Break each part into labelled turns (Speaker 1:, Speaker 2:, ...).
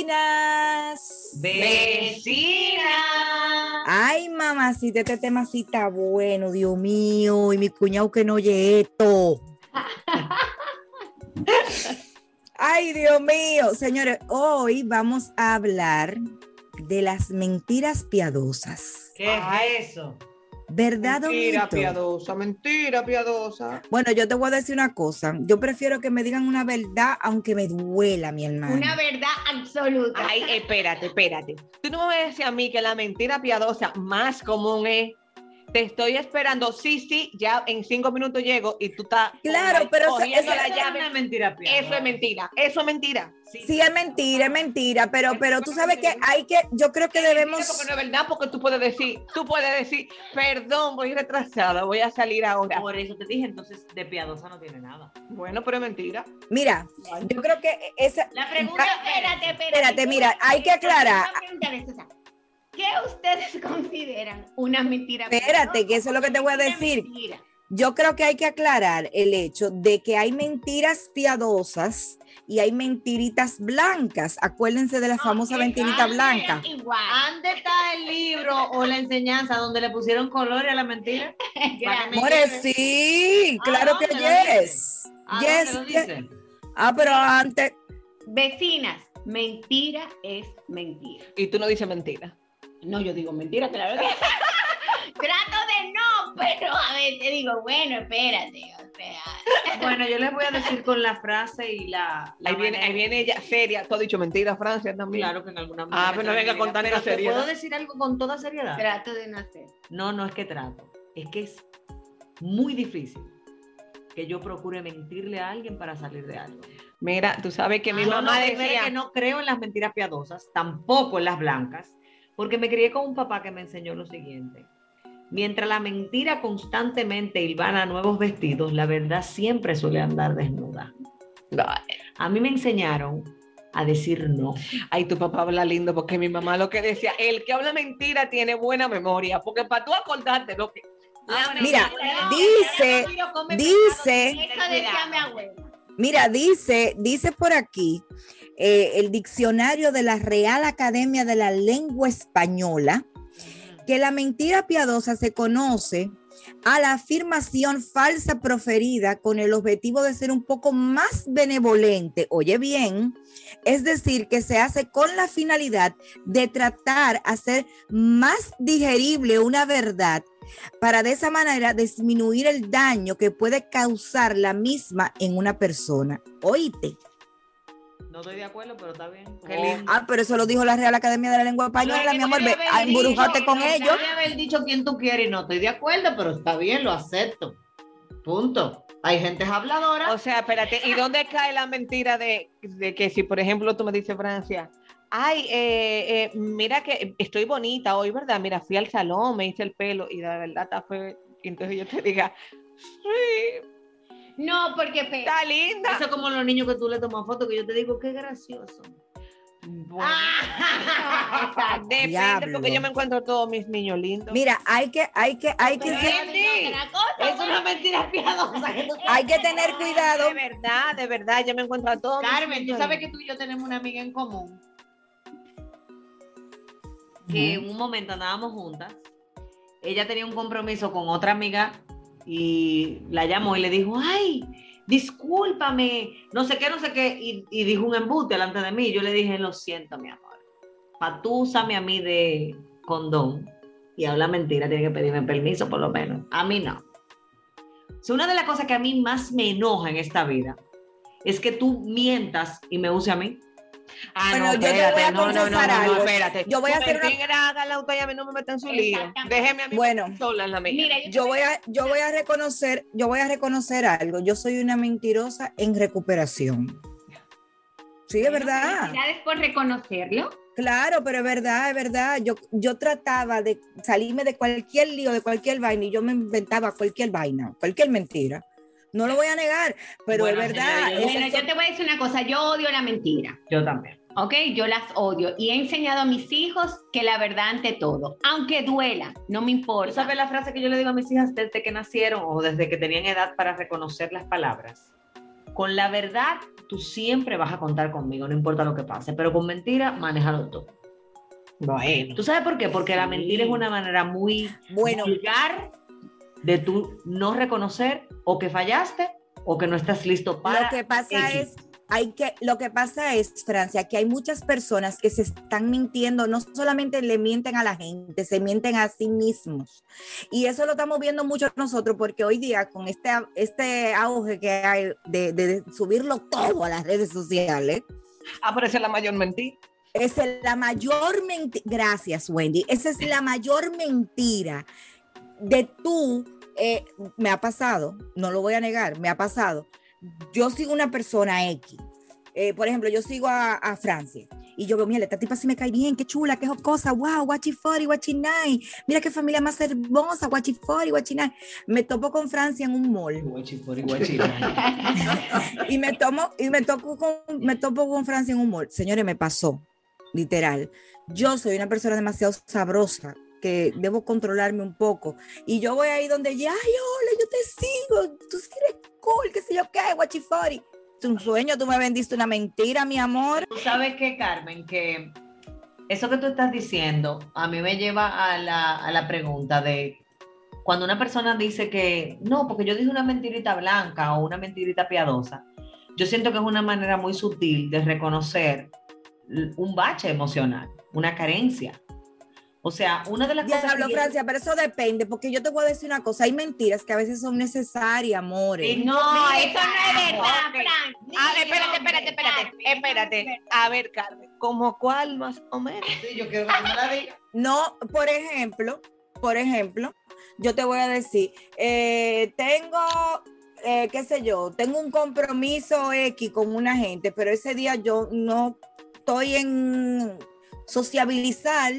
Speaker 1: Vecinas.
Speaker 2: Vecina.
Speaker 1: Ay, mamacita, este tema sí está bueno, Dios mío. Y mi cuñado que no oye esto. Ay, Dios mío. Señores, hoy vamos a hablar de las mentiras piadosas.
Speaker 2: ¿Qué es eso?
Speaker 1: ¿Verdad,
Speaker 3: Mentira
Speaker 1: Domingo?
Speaker 3: piadosa, mentira piadosa.
Speaker 1: Bueno, yo te voy a decir una cosa. Yo prefiero que me digan una verdad, aunque me duela, mi hermano.
Speaker 2: Una verdad absoluta.
Speaker 4: Ay, espérate, espérate. Tú no me vas a decir a mí que la mentira piadosa más común es. Te estoy esperando, sí, sí, ya en cinco minutos llego y tú estás.
Speaker 1: Claro, pero eso-
Speaker 4: cogiendo
Speaker 1: eso
Speaker 4: la
Speaker 1: es
Speaker 4: llave.
Speaker 2: mentira
Speaker 4: Eso es mentira, eso es mentira.
Speaker 1: Sí, es mentira, es mentira, pero, pero tú sabes que hay que, yo creo que
Speaker 4: Mentira,
Speaker 1: debemos...
Speaker 4: Porque no es verdad, porque tú puedes decir, tú puedes decir, perdón, voy retrasada, voy a salir ahora.
Speaker 2: Por eso te dije, entonces de piadosa no tiene nada.
Speaker 4: Bueno, pero es mentira.
Speaker 1: Mira, yo creo que esa...
Speaker 2: La pregunta, espérate, espérate.
Speaker 1: Espérate, mira, hay que aclarar.
Speaker 2: Una pregunta de César. ¿Qué ustedes consideran una mentira?
Speaker 1: Espérate, que eso es lo que te voy a
Speaker 2: Una
Speaker 1: decir.
Speaker 2: mentira.
Speaker 1: Yo creo que hay que aclarar el hecho de que hay mentiras piadosas y hay mentiritas blancas. Acuérdense de la famosa
Speaker 2: Ok,
Speaker 1: mentirita
Speaker 2: ambas
Speaker 1: blanca.
Speaker 2: eran Igual.
Speaker 5: ¿Dónde está el libro o la enseñanza donde le pusieron color a la mentira?
Speaker 2: Gracias.
Speaker 1: More, sí, claro que
Speaker 5: dónde lo
Speaker 1: yes.
Speaker 5: ¿A
Speaker 1: Yes.
Speaker 5: dónde
Speaker 1: yes.
Speaker 5: lo dice?
Speaker 1: Ah, pero antes,
Speaker 2: Vecinas, mentira es mentira.
Speaker 4: Y tú no dices mentira.
Speaker 2: No, yo digo mentira, claro que Trato de no, pero a veces digo, bueno, espérate, o sea.
Speaker 5: Bueno, yo les voy a decir con la frase y la. la
Speaker 4: Ahí viene,
Speaker 5: manera.
Speaker 4: ahí viene ella seria. Tú has dicho mentira, Francia también.
Speaker 5: Claro que en alguna
Speaker 4: Ah, pero no venga con tanta
Speaker 5: Pero, ¿te
Speaker 4: seriedad.
Speaker 5: ¿Puedo decir algo con toda seriedad?
Speaker 2: Trato de no hacer.
Speaker 5: No, no es que trato. Es que es muy difícil que yo procure mentirle a alguien para salir de algo.
Speaker 4: Mira, tú sabes que mi
Speaker 5: Ah, no,
Speaker 4: mamá
Speaker 5: no, primero
Speaker 4: decía.
Speaker 5: que no creo en las mentiras piadosas, tampoco en las blancas, porque me crié con un papá que me enseñó lo siguiente. Mientras la mentira constantemente hilvana nuevos vestidos, la verdad siempre suele andar desnuda. A mí me enseñaron a decir no.
Speaker 4: Ay, tu papá habla lindo porque mi mamá lo que decía, el que habla mentira tiene buena memoria, porque para tú acordarte lo que...
Speaker 1: mira,
Speaker 5: mentira-
Speaker 1: dice, dice,
Speaker 2: Eso decía mi abuela.
Speaker 1: Mira, dice, dice por aquí eh, el diccionario de la Real Academia de la Lengua Española que la mentira piadosa se conoce a la afirmación falsa proferida con el objetivo de ser un poco más benevolente, oye bien, es decir, que se hace con la finalidad de tratar hacer más digerible una verdad para de esa manera disminuir el daño que puede causar la misma en una persona. Oíste.
Speaker 5: No estoy de acuerdo, pero está bien.
Speaker 4: Qué lindo.
Speaker 1: Ah, pero eso lo dijo la Real Academia de la Lengua Española,
Speaker 5: Pero
Speaker 1: mi
Speaker 5: es que
Speaker 1: amor, ve,
Speaker 5: podría
Speaker 1: a
Speaker 5: haber dicho,
Speaker 1: embrujarte con
Speaker 5: no,
Speaker 1: ellos.
Speaker 5: podría haber dicho quien tú quieres y no estoy de acuerdo, pero está bien, lo acepto. Punto. Hay gente habladora.
Speaker 4: O sea, espérate, ¿y dónde cae la mentira de, de que si, por ejemplo, tú me dices, Francia, ay, eh, eh, mira que estoy bonita hoy, ¿verdad? Mira, fui al salón, me hice el pelo y la verdad está feo. Y entonces yo te diga, sí,
Speaker 2: No, porque fe-
Speaker 4: está linda.
Speaker 5: Eso es como los niños que tú le tomas fotos, que yo te digo, qué gracioso.
Speaker 4: Bueno,
Speaker 2: Ah, exacto.
Speaker 4: depende,
Speaker 1: Diablo.
Speaker 4: porque yo me encuentro todos mis niños lindos.
Speaker 1: Mira, hay que, hay que, hay que,
Speaker 2: Pero
Speaker 1: ser-
Speaker 2: eso es otra cosa,
Speaker 5: Es una mentira piadosa. que tú-
Speaker 1: hay que tener cuidado.
Speaker 4: De verdad, de verdad, yo me encuentro a todos. mis
Speaker 5: Carmen, tú
Speaker 4: niños
Speaker 5: sabes que tú y yo tenemos una amiga en común. Que en un momento andábamos juntas ella tenía un compromiso con otra amiga y la llamó y le dijo, ay, discúlpame, no sé qué, no sé qué, y, y dijo un embute delante de mí. Yo le dije, lo siento, mi amor, patúsame a mí de condón y habla mentira, tiene que pedirme permiso por lo menos. A mí no. O sea, una de las cosas que a mí más me enoja en esta vida es que tú mientas y me use a mí.
Speaker 4: Ah,
Speaker 1: Bueno,
Speaker 4: no,
Speaker 1: yo te voy a
Speaker 4: espérate, no, no, no,
Speaker 1: confesar
Speaker 4: no, no,
Speaker 1: algo.
Speaker 4: espérate.
Speaker 1: Yo voy a
Speaker 4: Tú
Speaker 1: hacer una-
Speaker 4: mentira, hágala usted y a mí no me metan en su lío.
Speaker 2: Exactamente.
Speaker 4: Déjeme a mí
Speaker 1: Bueno.
Speaker 4: sola en la mía.
Speaker 2: Mira, yo,
Speaker 1: Yo voy a, yo voy a reconocer, yo voy a reconocer algo. Yo soy una mentirosa en recuperación. Sí, es verdad.
Speaker 2: Felicidades por reconocerlo.
Speaker 1: Claro, pero es verdad, es verdad. Yo, yo trataba de salirme de cualquier lío, de cualquier vaina, y yo me inventaba cualquier vaina, cualquier mentira. No lo voy a negar, pero
Speaker 5: Bueno,
Speaker 1: es verdad.
Speaker 5: señora, yo-
Speaker 1: esas
Speaker 2: Bueno,
Speaker 1: son-
Speaker 2: yo te voy a decir una cosa, yo odio la mentira.
Speaker 5: Yo también.
Speaker 2: ¿ok? Yo las odio y he enseñado a mis hijos que la verdad ante todo, aunque duela, no me
Speaker 5: ¿Tú
Speaker 2: importa.
Speaker 5: sabes la frase que yo le digo a mis hijas desde que nacieron o desde que tenían edad para reconocer las palabras? Con la verdad, tú siempre vas a contar conmigo, no importa lo que pase, pero con mentira, manéjalo tú.
Speaker 4: Bueno.
Speaker 5: ¿Tú sabes por qué? Porque la
Speaker 4: Sí.
Speaker 5: mentira es una manera muy
Speaker 1: bueno,
Speaker 5: vulgar de tú no reconocer o que fallaste o que no estás listo para.
Speaker 1: lo que pasa
Speaker 5: X.
Speaker 1: es, hay que, lo que pasa es, Francia, que hay muchas personas que se están mintiendo, no solamente le mienten a la gente, se mienten a sí mismos. Y eso lo estamos viendo mucho nosotros, porque hoy día con este, este auge que hay de, de subirlo todo a las redes sociales,
Speaker 4: Ah, pero esa es la mayor mentira.
Speaker 1: Esa es la mayor mentira. Gracias, Wendy. Esa es la mayor mentira de tú. eh, me ha pasado, no lo voy a negar, me ha pasado. Yo sigo una persona X. Eh, por ejemplo, yo sigo a, a Francia. Y yo veo, mira, esta tipa sí me cae bien, qué chula, qué jocosa, wow, guachi 40, guachi 9, mira qué familia más hermosa, guachi 40, guachi 9. Me topo con Francia en un mall y me tomo y me toco con me topo con Francia en humor señores me pasó literal yo soy una persona demasiado sabrosa que debo controlarme un poco y yo voy ahí donde ya ay hola yo te sigo tú sí eres cool qué sé yo qué guachifori es un sueño tú me vendiste una mentira mi amor
Speaker 5: Tú sabes que, Carmen, que eso que tú estás diciendo a mí me lleva a la, a la pregunta de cuando una persona dice que no, porque yo dije una mentirita blanca o una mentirita piadosa, yo siento que es una manera muy sutil de reconocer l- un bache emocional, una carencia. O sea, una de las
Speaker 1: ya
Speaker 5: cosas.
Speaker 1: hablo
Speaker 5: que yo-
Speaker 1: Francia pero eso depende porque yo te voy a decir una cosa hay mentiras que a veces son necesarias amores
Speaker 5: Sí,
Speaker 2: No, eso no es verdad, Frank.
Speaker 4: ok. A ver,
Speaker 2: Ni
Speaker 4: Ah, espérate,
Speaker 2: hombre,
Speaker 4: espérate, espérate.
Speaker 2: Carmen, no es
Speaker 4: Espérate. A ver, Carmen, ¿cómo cuál más o menos?
Speaker 1: No, por ejemplo, por ejemplo, yo te voy a decir, eh, tengo, eh, qué sé yo, tengo un compromiso X con una gente, pero ese día yo no estoy en sociabilizar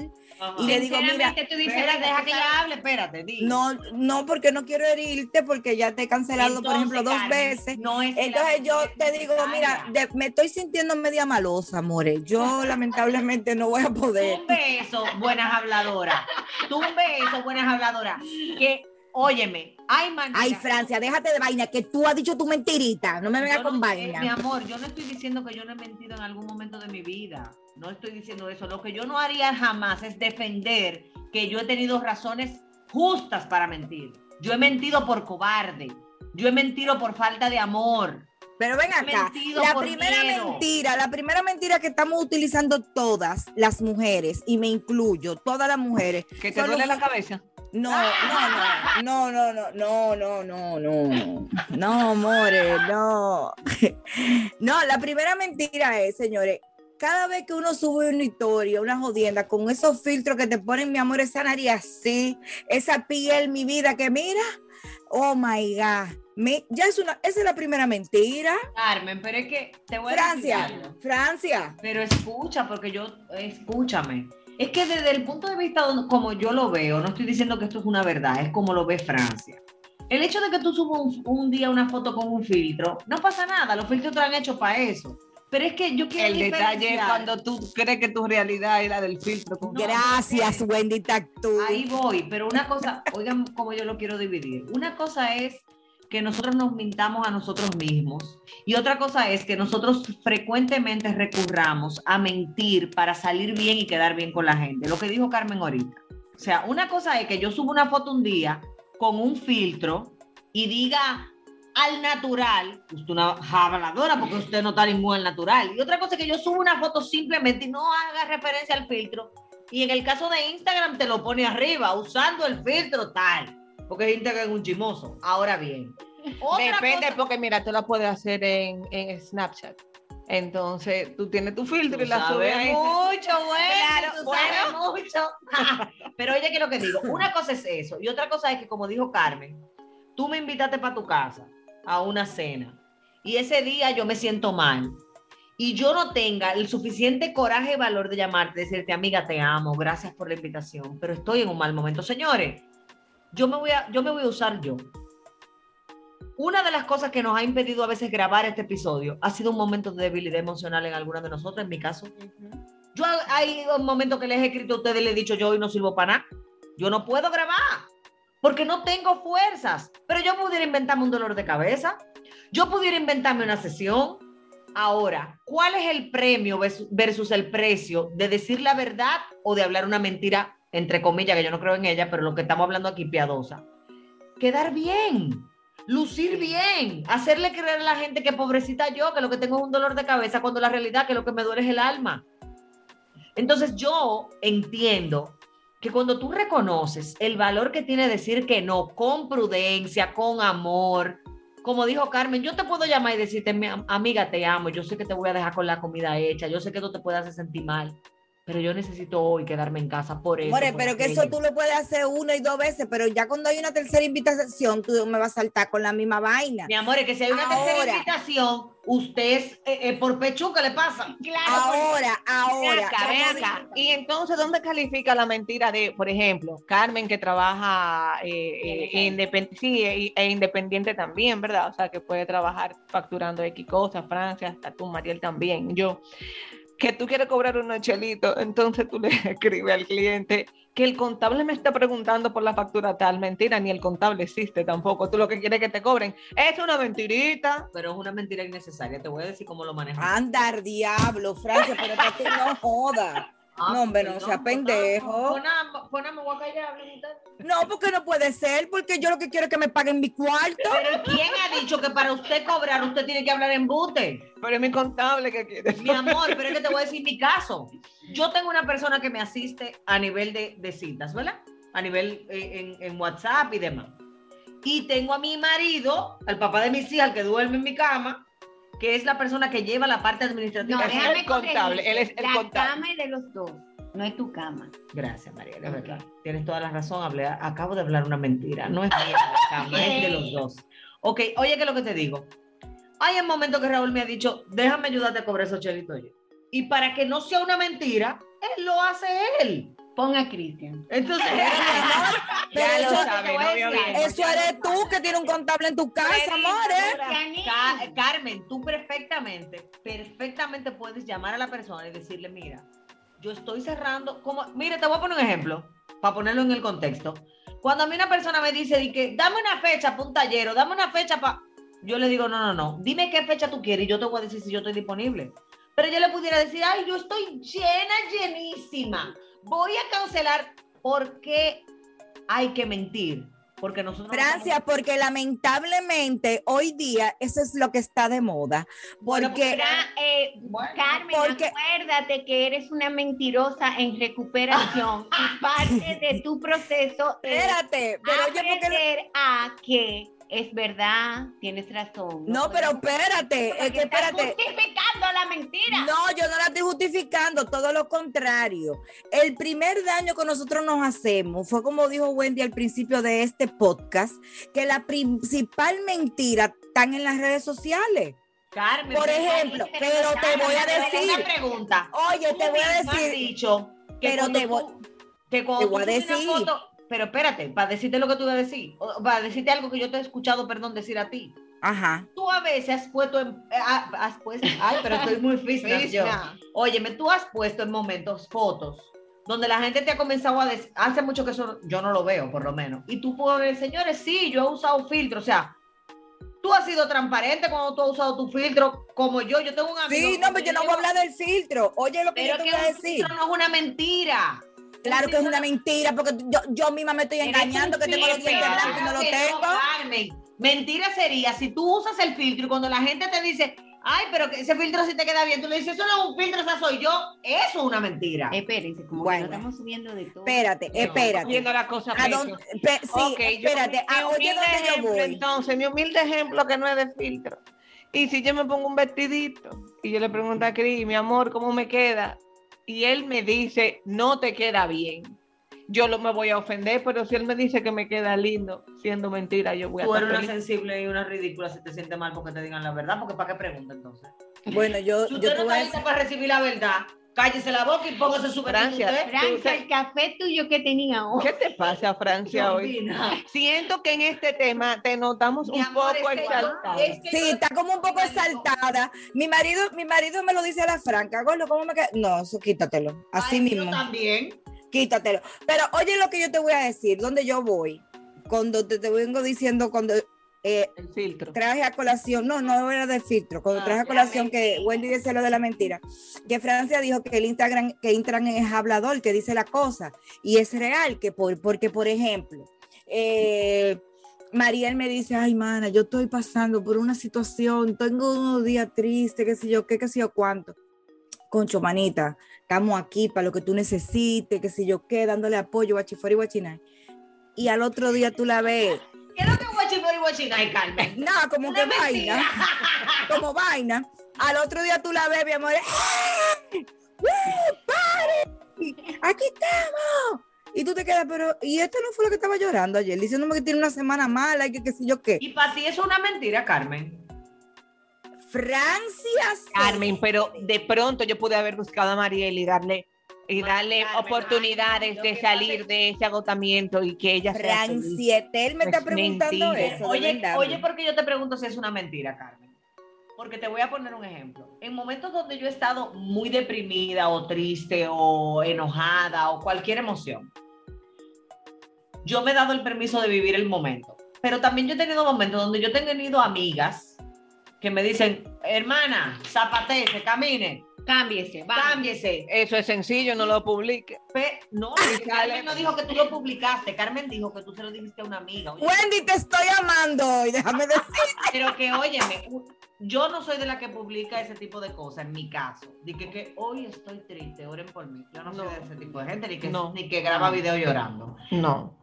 Speaker 5: Ajá.
Speaker 1: y le digo, mira,
Speaker 2: Sinceramente, tú dices,
Speaker 5: Espera, deja que
Speaker 2: ¿sabes?
Speaker 5: ella hable, espérate, di.
Speaker 1: no, no, porque no quiero herirte, porque ya te he cancelado, por ejemplo, dos
Speaker 5: Carmen,
Speaker 1: veces.
Speaker 5: no es que la
Speaker 1: Entonces yo
Speaker 5: mentira
Speaker 1: te
Speaker 5: es
Speaker 1: digo, mira,
Speaker 5: necesaria.
Speaker 1: de- me estoy sintiendo media malosa, amores. Yo lamentablemente no voy a poder.
Speaker 5: Tumbe eso, buenas habladoras. Tumbe eso, buenas habladoras. Que, óyeme, hay manera.
Speaker 1: Ay, Francia, déjate de vaina, que tú has dicho tu mentirita. No me
Speaker 5: Yo
Speaker 1: vengas
Speaker 5: no-
Speaker 1: con
Speaker 5: eh, Mi
Speaker 1: vaina.
Speaker 5: amor, yo no estoy diciendo que yo no he mentido en algún momento de mi vida. No estoy diciendo eso. Lo que yo no haría jamás es defender que yo he tenido razones justas para mentir. Yo he mentido por cobarde. Yo he mentido por falta de amor.
Speaker 1: Pero ven acá.
Speaker 5: mentido
Speaker 1: La
Speaker 5: por
Speaker 1: primera
Speaker 5: miedo.
Speaker 1: mentira, la primera mentira que estamos utilizando todas las mujeres, y me incluyo, todas las mujeres.
Speaker 4: Que te
Speaker 1: Solo
Speaker 4: duele la
Speaker 1: un-
Speaker 4: cabeza.
Speaker 1: No, no, no, no, no, no, no, no, no, no, no, amores, no. No, la primera mentira es, señores, cada vez que uno sube una historia, una jodienda, con esos filtros que te ponen, mi amor, esa nariz así, esa piel, mi vida, que mira, oh my God. Me- ya es una, esa es la primera mentira.
Speaker 5: Carmen, pero es que te voy a decir algo.
Speaker 1: Francia, Francia.
Speaker 5: Pero escucha, porque yo, escúchame. Es que desde el punto de vista don- como yo lo veo, no estoy diciendo que esto es una verdad, es como lo ve Francia. El hecho de que tú subas un, un día una foto con un filtro, no pasa nada, los filtros te lo han hecho para eso. Pero es que yo quiero
Speaker 4: El detalle es
Speaker 5: diferenciar-
Speaker 4: cuando tú crees que tu realidad es la del filtro. con-
Speaker 5: No,
Speaker 1: Gracias,
Speaker 5: no
Speaker 1: Wendy Tactu.
Speaker 5: Ahí voy, pero una cosa, oigan cómo yo lo quiero dividir. Una cosa es que nosotros nos mintamos a nosotros mismos y otra cosa es que nosotros frecuentemente recurramos a mentir para salir bien y quedar bien con la gente. Lo que dijo Carmen ahorita. sea, una cosa es que yo subo una foto un día con un filtro y diga al natural, usted una habladora porque usted no está ningún al natural. Y otra cosa es que yo subo una foto simplemente y no haga referencia al filtro. Y en el caso de Instagram te lo pone arriba usando el filtro tal, porque Instagram es un chimoso. Ahora bien, otra
Speaker 4: Depende,
Speaker 5: cosa-
Speaker 4: porque mira, tú la puedes hacer en, en Snapchat. Entonces, tú tienes tu filtro
Speaker 5: Tú
Speaker 4: y la subes
Speaker 5: sabes
Speaker 4: ahí.
Speaker 5: mucho, bueno,
Speaker 4: Claro,
Speaker 5: tú sabes mucho. Pero oye, que lo que digo, una cosa es eso y otra cosa es que, como dijo Carmen, tú me invitaste para tu casa a una cena y ese día yo me siento mal y yo no tenga el suficiente coraje y valor de llamarte, decirte, amiga, te amo, gracias por la invitación, pero estoy en un mal momento. Señores, yo me voy a, yo me voy a usar yo. Una de las cosas que nos ha impedido a veces grabar este episodio ha sido un momento de debilidad emocional en alguna de nosotras, en mi caso. Yo ha- hay un momento que les he escrito a ustedes y les he dicho, yo hoy no sirvo para nada. Yo no puedo grabar porque no tengo fuerzas. Pero yo pudiera inventarme un dolor de cabeza. Yo pudiera inventarme una sesión. Ahora, ¿cuál es el premio vers- versus el precio de decir la verdad o de hablar una mentira, entre comillas, que yo no creo en ella, pero lo que estamos hablando aquí, piadosa? Quedar bien, lucir bien, hacerle creer a la gente que pobrecita yo, que lo que tengo es un dolor de cabeza, cuando la realidad que lo que me duele es el alma. Entonces yo entiendo que cuando tú reconoces el valor que tiene decir que no con prudencia, con amor, como dijo Carmen, yo te puedo llamar y decirte, "Mi am- amiga, te amo, yo sé que te voy a dejar con la comida hecha, yo sé que no te puedes hacer sentir mal, pero yo necesito hoy quedarme en casa por eso.
Speaker 1: More,
Speaker 5: por
Speaker 1: pero que
Speaker 5: aquello".
Speaker 1: eso tú lo puedes hacer una y dos veces, pero ya cuando hay una tercera invitación, tú me vas a saltar con la misma vaina.
Speaker 5: Mi amor, es que si hay una tercera
Speaker 1: Ahora.
Speaker 5: invitación, usted es eh, eh, por pechuca, le pasa.
Speaker 2: Claro,
Speaker 1: Ahora,
Speaker 4: Ven
Speaker 1: ahora.
Speaker 4: acá, ven acá. Y entonces, ¿dónde califica la mentira de, por ejemplo, Carmen que trabaja eh, eh, independ- sí, e- e independiente también, ¿verdad? O sea, que puede trabajar facturando X cosas, Francia, hasta tú, Mariel también, yo. Que tú quieres cobrar unos chelitos, entonces tú le escribes al cliente que el contable me está preguntando por la factura tal. Mentira, ni el contable existe tampoco. Tú lo que quieres es que te cobren es una mentirita.
Speaker 5: Pero es una mentira innecesaria, te voy a decir cómo lo manejo.
Speaker 1: Ah, Andar, diablo, Francia, pero para que no joda. no, hombre, no sea pendejo.
Speaker 5: Poname voy a callar, hablen ustedes.
Speaker 1: No, porque no puede ser, porque yo lo que quiero es que me paguen mi cuarto.
Speaker 5: Pero ¿quién ha dicho que para usted cobrar usted tiene que hablar en bute?
Speaker 4: Pero es mi contable que quiere.
Speaker 5: Mi amor, pero es que te voy a decir mi caso. Yo tengo una persona que me asiste a nivel de, de citas, ¿verdad? A nivel eh, en, en WhatsApp y demás. Y tengo a mi marido, al papá de mis hijas, el que duerme en mi cama, que es la persona que lleva la parte
Speaker 2: No,
Speaker 5: administrativa.
Speaker 4: déjame-
Speaker 2: déjame
Speaker 4: contable, él es el
Speaker 2: corregirte. La
Speaker 4: contable.
Speaker 2: cama es de los dos, no es tu cama.
Speaker 5: Gracias, María, es verdad. Tienes toda la razón. hablé- acabo de hablar una mentira. No es mía, cama, es de los dos. Ok, oye, que lo que te digo. Hay un momento que Raúl me ha dicho, déjame ayudarte a cobrar esos chelitos yo. Y para que no sea una mentira, él lo hace él.
Speaker 2: Pon a Cristian.
Speaker 5: Entonces,
Speaker 1: Pero
Speaker 4: Ya lo
Speaker 1: eso,
Speaker 4: sabe,
Speaker 2: te voy a
Speaker 4: novio
Speaker 2: decir.
Speaker 4: bien.
Speaker 1: eso eres tú que tienes un contable en tu casa,
Speaker 4: ¿eh?
Speaker 1: amores.
Speaker 2: Cristianín.
Speaker 5: Ca- Carmen, tú perfectamente, perfectamente puedes llamar a la persona y decirle, mira, yo estoy cerrando, como, mira, te voy a poner un ejemplo, para ponerlo en el contexto. Cuando a mí una persona me dice, di que, dame una fecha para un taller o dame una fecha para... Yo le digo, no, no, no, dime qué fecha tú quieres y yo te voy a decir si yo estoy disponible. Pero yo le pudiera decir, ay, yo estoy llena, llenísima, voy a cancelar porque hay que mentir. Porque nosotros... no somos-
Speaker 1: Francia, porque lamentablemente hoy día eso es lo que está de moda.
Speaker 5: Bueno,
Speaker 1: Porque
Speaker 2: Fra- eh, Carmen,
Speaker 1: Porque-
Speaker 2: acuérdate que eres una mentirosa en recuperación y parte de tu proceso es
Speaker 1: Espérate,
Speaker 2: Ah,
Speaker 1: pero oye, porque lo-
Speaker 2: aprender a que es verdad, tienes razón.
Speaker 1: No, pero
Speaker 2: podemos-
Speaker 1: espérate, es
Speaker 2: porque
Speaker 1: que
Speaker 2: estás
Speaker 1: espérate.
Speaker 2: justificando la mentira.
Speaker 1: No, yo no la estoy justificando, todo lo contrario. El primer daño que nosotros nos hacemos fue como dijo Wendy al principio de este podcast, que la principal mentira están en las redes sociales.
Speaker 5: Carmen,
Speaker 1: Por
Speaker 5: pero-
Speaker 1: ejemplo,
Speaker 5: Carmen,
Speaker 1: pero te voy a
Speaker 5: pero
Speaker 1: decir-
Speaker 5: Una pregunta.
Speaker 1: Oye, te
Speaker 5: Tú
Speaker 1: voy a
Speaker 5: misma has
Speaker 1: decir,
Speaker 5: dicho que
Speaker 1: pero
Speaker 5: cuando
Speaker 1: te
Speaker 5: tú- que cuando
Speaker 1: te
Speaker 5: tú
Speaker 1: voy a
Speaker 5: subes una
Speaker 1: decir.
Speaker 5: foto- pero espérate, para decirte lo que tú ibas a decir, o para decirte algo que yo te he escuchado, perdón, decir a ti.
Speaker 1: ajá,
Speaker 5: Tú a veces has puesto en. eh, ah, has puesto, ay, pero estoy muy física yo.
Speaker 4: Mira,
Speaker 5: Óyeme, tú has puesto en momentos fotos donde la gente te ha comenzado a decir, hace mucho que eso yo no lo veo, por lo menos. Y tú pones, señores, sí, yo he usado filtro, o sea, tú has sido transparente cuando tú has usado tu filtro, como yo, yo tengo un amigo.
Speaker 1: Sí, no, pero yo no voy a hablar del filtro. Oye, lo que yo
Speaker 5: Pero
Speaker 1: te
Speaker 5: que
Speaker 1: voy a
Speaker 5: un
Speaker 1: decir.
Speaker 5: filtro no es una mentira.
Speaker 1: Claro que es una mentira, porque yo, yo misma me estoy engañando que tengo los dientes blancos y no los tengo.
Speaker 5: Mentira sería si tú usas el filtro y cuando la gente te dice, ay, pero que ese filtro sí te queda bien, tú le dices, eso no es un filtro, esa soy yo. Eso es una mentira.
Speaker 2: Eh, Espérense, como
Speaker 1: Bueno.
Speaker 2: que no estamos subiendo de todo.
Speaker 1: Espérate, Eh, espérate.
Speaker 4: Viendo la cosa
Speaker 1: ¿A
Speaker 4: peso.
Speaker 1: dónde- pe- sí,
Speaker 4: Ok, yo-
Speaker 1: espérate,
Speaker 4: mi
Speaker 1: ¿a Ah, oye
Speaker 4: humilde
Speaker 1: dónde yo
Speaker 4: ejemplo,
Speaker 1: voy?
Speaker 4: Entonces, mi humilde ejemplo que no es de filtro. Y si yo me pongo un vestidito y yo le pregunto a Cris, mi amor, ¿cómo me queda? Y él me dice, no te queda bien. Yo lo, me voy a ofender, pero si él me dice que me queda lindo, siendo mentira, yo voy a
Speaker 5: Tú eres
Speaker 4: estar
Speaker 5: una
Speaker 4: feliz.
Speaker 5: sensible y una ridícula si te sientes mal porque te digan la verdad, porque ¿para qué pregunta entonces?
Speaker 1: Bueno, yo,
Speaker 5: Si
Speaker 1: yo
Speaker 5: usted
Speaker 1: te
Speaker 5: no
Speaker 1: voy a
Speaker 5: está
Speaker 1: decir-
Speaker 5: lista para recibir la verdad, cállese la boca y póngase su
Speaker 4: Francia,
Speaker 5: vestido
Speaker 2: Francia,
Speaker 4: Entonces-
Speaker 2: el café tuyo que tenía oh, hoy.
Speaker 4: ¿Qué te pasa, Francia,
Speaker 5: usted.
Speaker 4: hoy?
Speaker 5: Combina.
Speaker 4: Siento que en este tema te notamos
Speaker 5: Mi
Speaker 4: un
Speaker 5: amor,
Speaker 4: poco
Speaker 5: es que yo-
Speaker 4: exaltada.
Speaker 5: es que
Speaker 1: Sí,
Speaker 5: yo-
Speaker 1: está como un poco exaltada. Mi marido, mi marido me lo dice a la franca, Gordo, ¿cómo me queda? No, eso quítatelo. Así
Speaker 5: Ay, yo
Speaker 1: mismo.
Speaker 5: también.
Speaker 1: quítatelo. Pero oye lo que yo te voy a decir, donde yo voy, cuando te, te vengo diciendo, cuando eh,
Speaker 4: El filtro.
Speaker 1: traje a colación, no, no era de filtro, cuando
Speaker 5: Ah,
Speaker 1: traje a
Speaker 5: la
Speaker 1: colación que
Speaker 5: mentira.
Speaker 1: Wendy decía lo de la mentira, que Francia dijo que el Instagram, que Instagram es hablador, que dice la cosa, y es real, que por, porque por ejemplo, eh, Mariel me dice, ay, mana, yo estoy pasando por una situación, tengo unos días tristes, qué sé yo, qué, qué sé yo, cuánto. Concho, manita, estamos aquí para lo que tú necesites, qué sé yo, qué, dándole apoyo, guachifora y guachiná. Y al otro día tú la ves
Speaker 5: ¿Qué es lo que es guachimori guachinay, Carmen?
Speaker 1: nada, como
Speaker 5: Una
Speaker 1: que vaina. Como vaina. Al otro día tú la ves, mi amor. ¡eh! ¡Uh, party! ¡Aquí estamos! Y tú te quedas, pero, y esto no fue lo que estaba llorando ayer, diciéndome que tiene una semana mala y que qué sé yo qué.
Speaker 5: Y para ti eso es una mentira, Carmen.
Speaker 1: Francia. sí.
Speaker 4: Carmen, pero de pronto yo pude haber buscado a Mariel y darle y
Speaker 5: Bueno,
Speaker 4: darle
Speaker 5: Carmen,
Speaker 4: oportunidades
Speaker 5: ay, lo
Speaker 4: de
Speaker 5: que
Speaker 4: salir
Speaker 5: pasa-
Speaker 4: de ese agotamiento y que ella sea feliz.
Speaker 1: Francietel me está
Speaker 4: Es
Speaker 1: preguntando
Speaker 4: mentira.
Speaker 1: eso. de
Speaker 5: Oye,
Speaker 1: verdad.
Speaker 5: oye, porque yo te pregunto si es una mentira, Carmen. Porque te voy a poner un ejemplo. En momentos donde yo he estado muy deprimida o triste o enojada o cualquier emoción, yo me he dado el permiso de vivir el momento. Pero también yo he tenido momentos donde yo he tenido amigas que me dicen, hermana, zapatece, camine,
Speaker 2: Cámbiese, vamos.
Speaker 5: cámbiese.
Speaker 4: Eso es sencillo, no lo publique.
Speaker 5: Pe- No, Carmen no dijo que tú lo publicaste, Carmen dijo que tú se lo dijiste a una amiga. Oye,
Speaker 1: Wendy, te estoy amando hoy, déjame decir.
Speaker 5: Pero que óyeme, u- yo no soy de la que publica ese tipo de cosas, en mi caso. Di que, que hoy estoy triste, oren por mí. Yo no, soy de ese tipo de gente, ni que,
Speaker 4: No.
Speaker 5: ni que graba video llorando.
Speaker 4: No,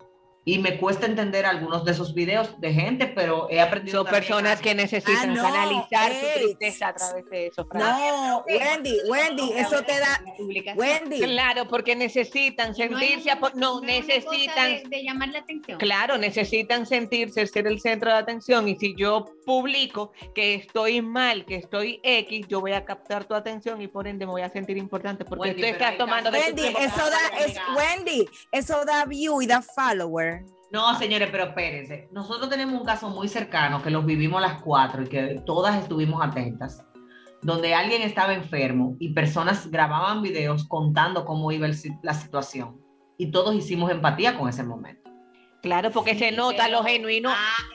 Speaker 5: Y me cuesta entender algunos de esos videos de gente, pero he aprendido.
Speaker 4: son
Speaker 5: también
Speaker 4: personas
Speaker 5: a-
Speaker 4: que necesitan
Speaker 1: Ah, no,
Speaker 4: canalizar su
Speaker 1: ey.
Speaker 4: tristeza a través de eso. Fran.
Speaker 1: No, Wendy, Wendy, eso te da.
Speaker 2: La publicación.
Speaker 1: Wendy,
Speaker 4: Claro, porque necesitan
Speaker 2: No hay
Speaker 4: sentirse,
Speaker 2: una-
Speaker 4: apo- pues, no,
Speaker 2: hay una cosa
Speaker 4: necesitan
Speaker 2: De, de llamar la atención.
Speaker 4: Claro, necesitan sentirse ser el centro de atención y si yo publico que estoy mal, que estoy X, yo voy a captar tu atención y por ende me voy a sentir importante porque
Speaker 5: Wendy,
Speaker 4: tú
Speaker 5: pero
Speaker 4: estás
Speaker 5: ahí
Speaker 4: tomando de tu
Speaker 1: Wendy,
Speaker 4: tiempo.
Speaker 1: eso da, es, Wendy, eso da view y da follower.
Speaker 5: No, señores, pero espérense. Nosotros tenemos un caso muy cercano que los vivimos las cuatro y que todas estuvimos atentas, donde alguien estaba enfermo y personas grababan videos contando cómo iba el si- la situación. Y todos hicimos empatía con ese momento.
Speaker 4: Claro, porque se nota
Speaker 5: pero- Ah,
Speaker 4: lo genuino.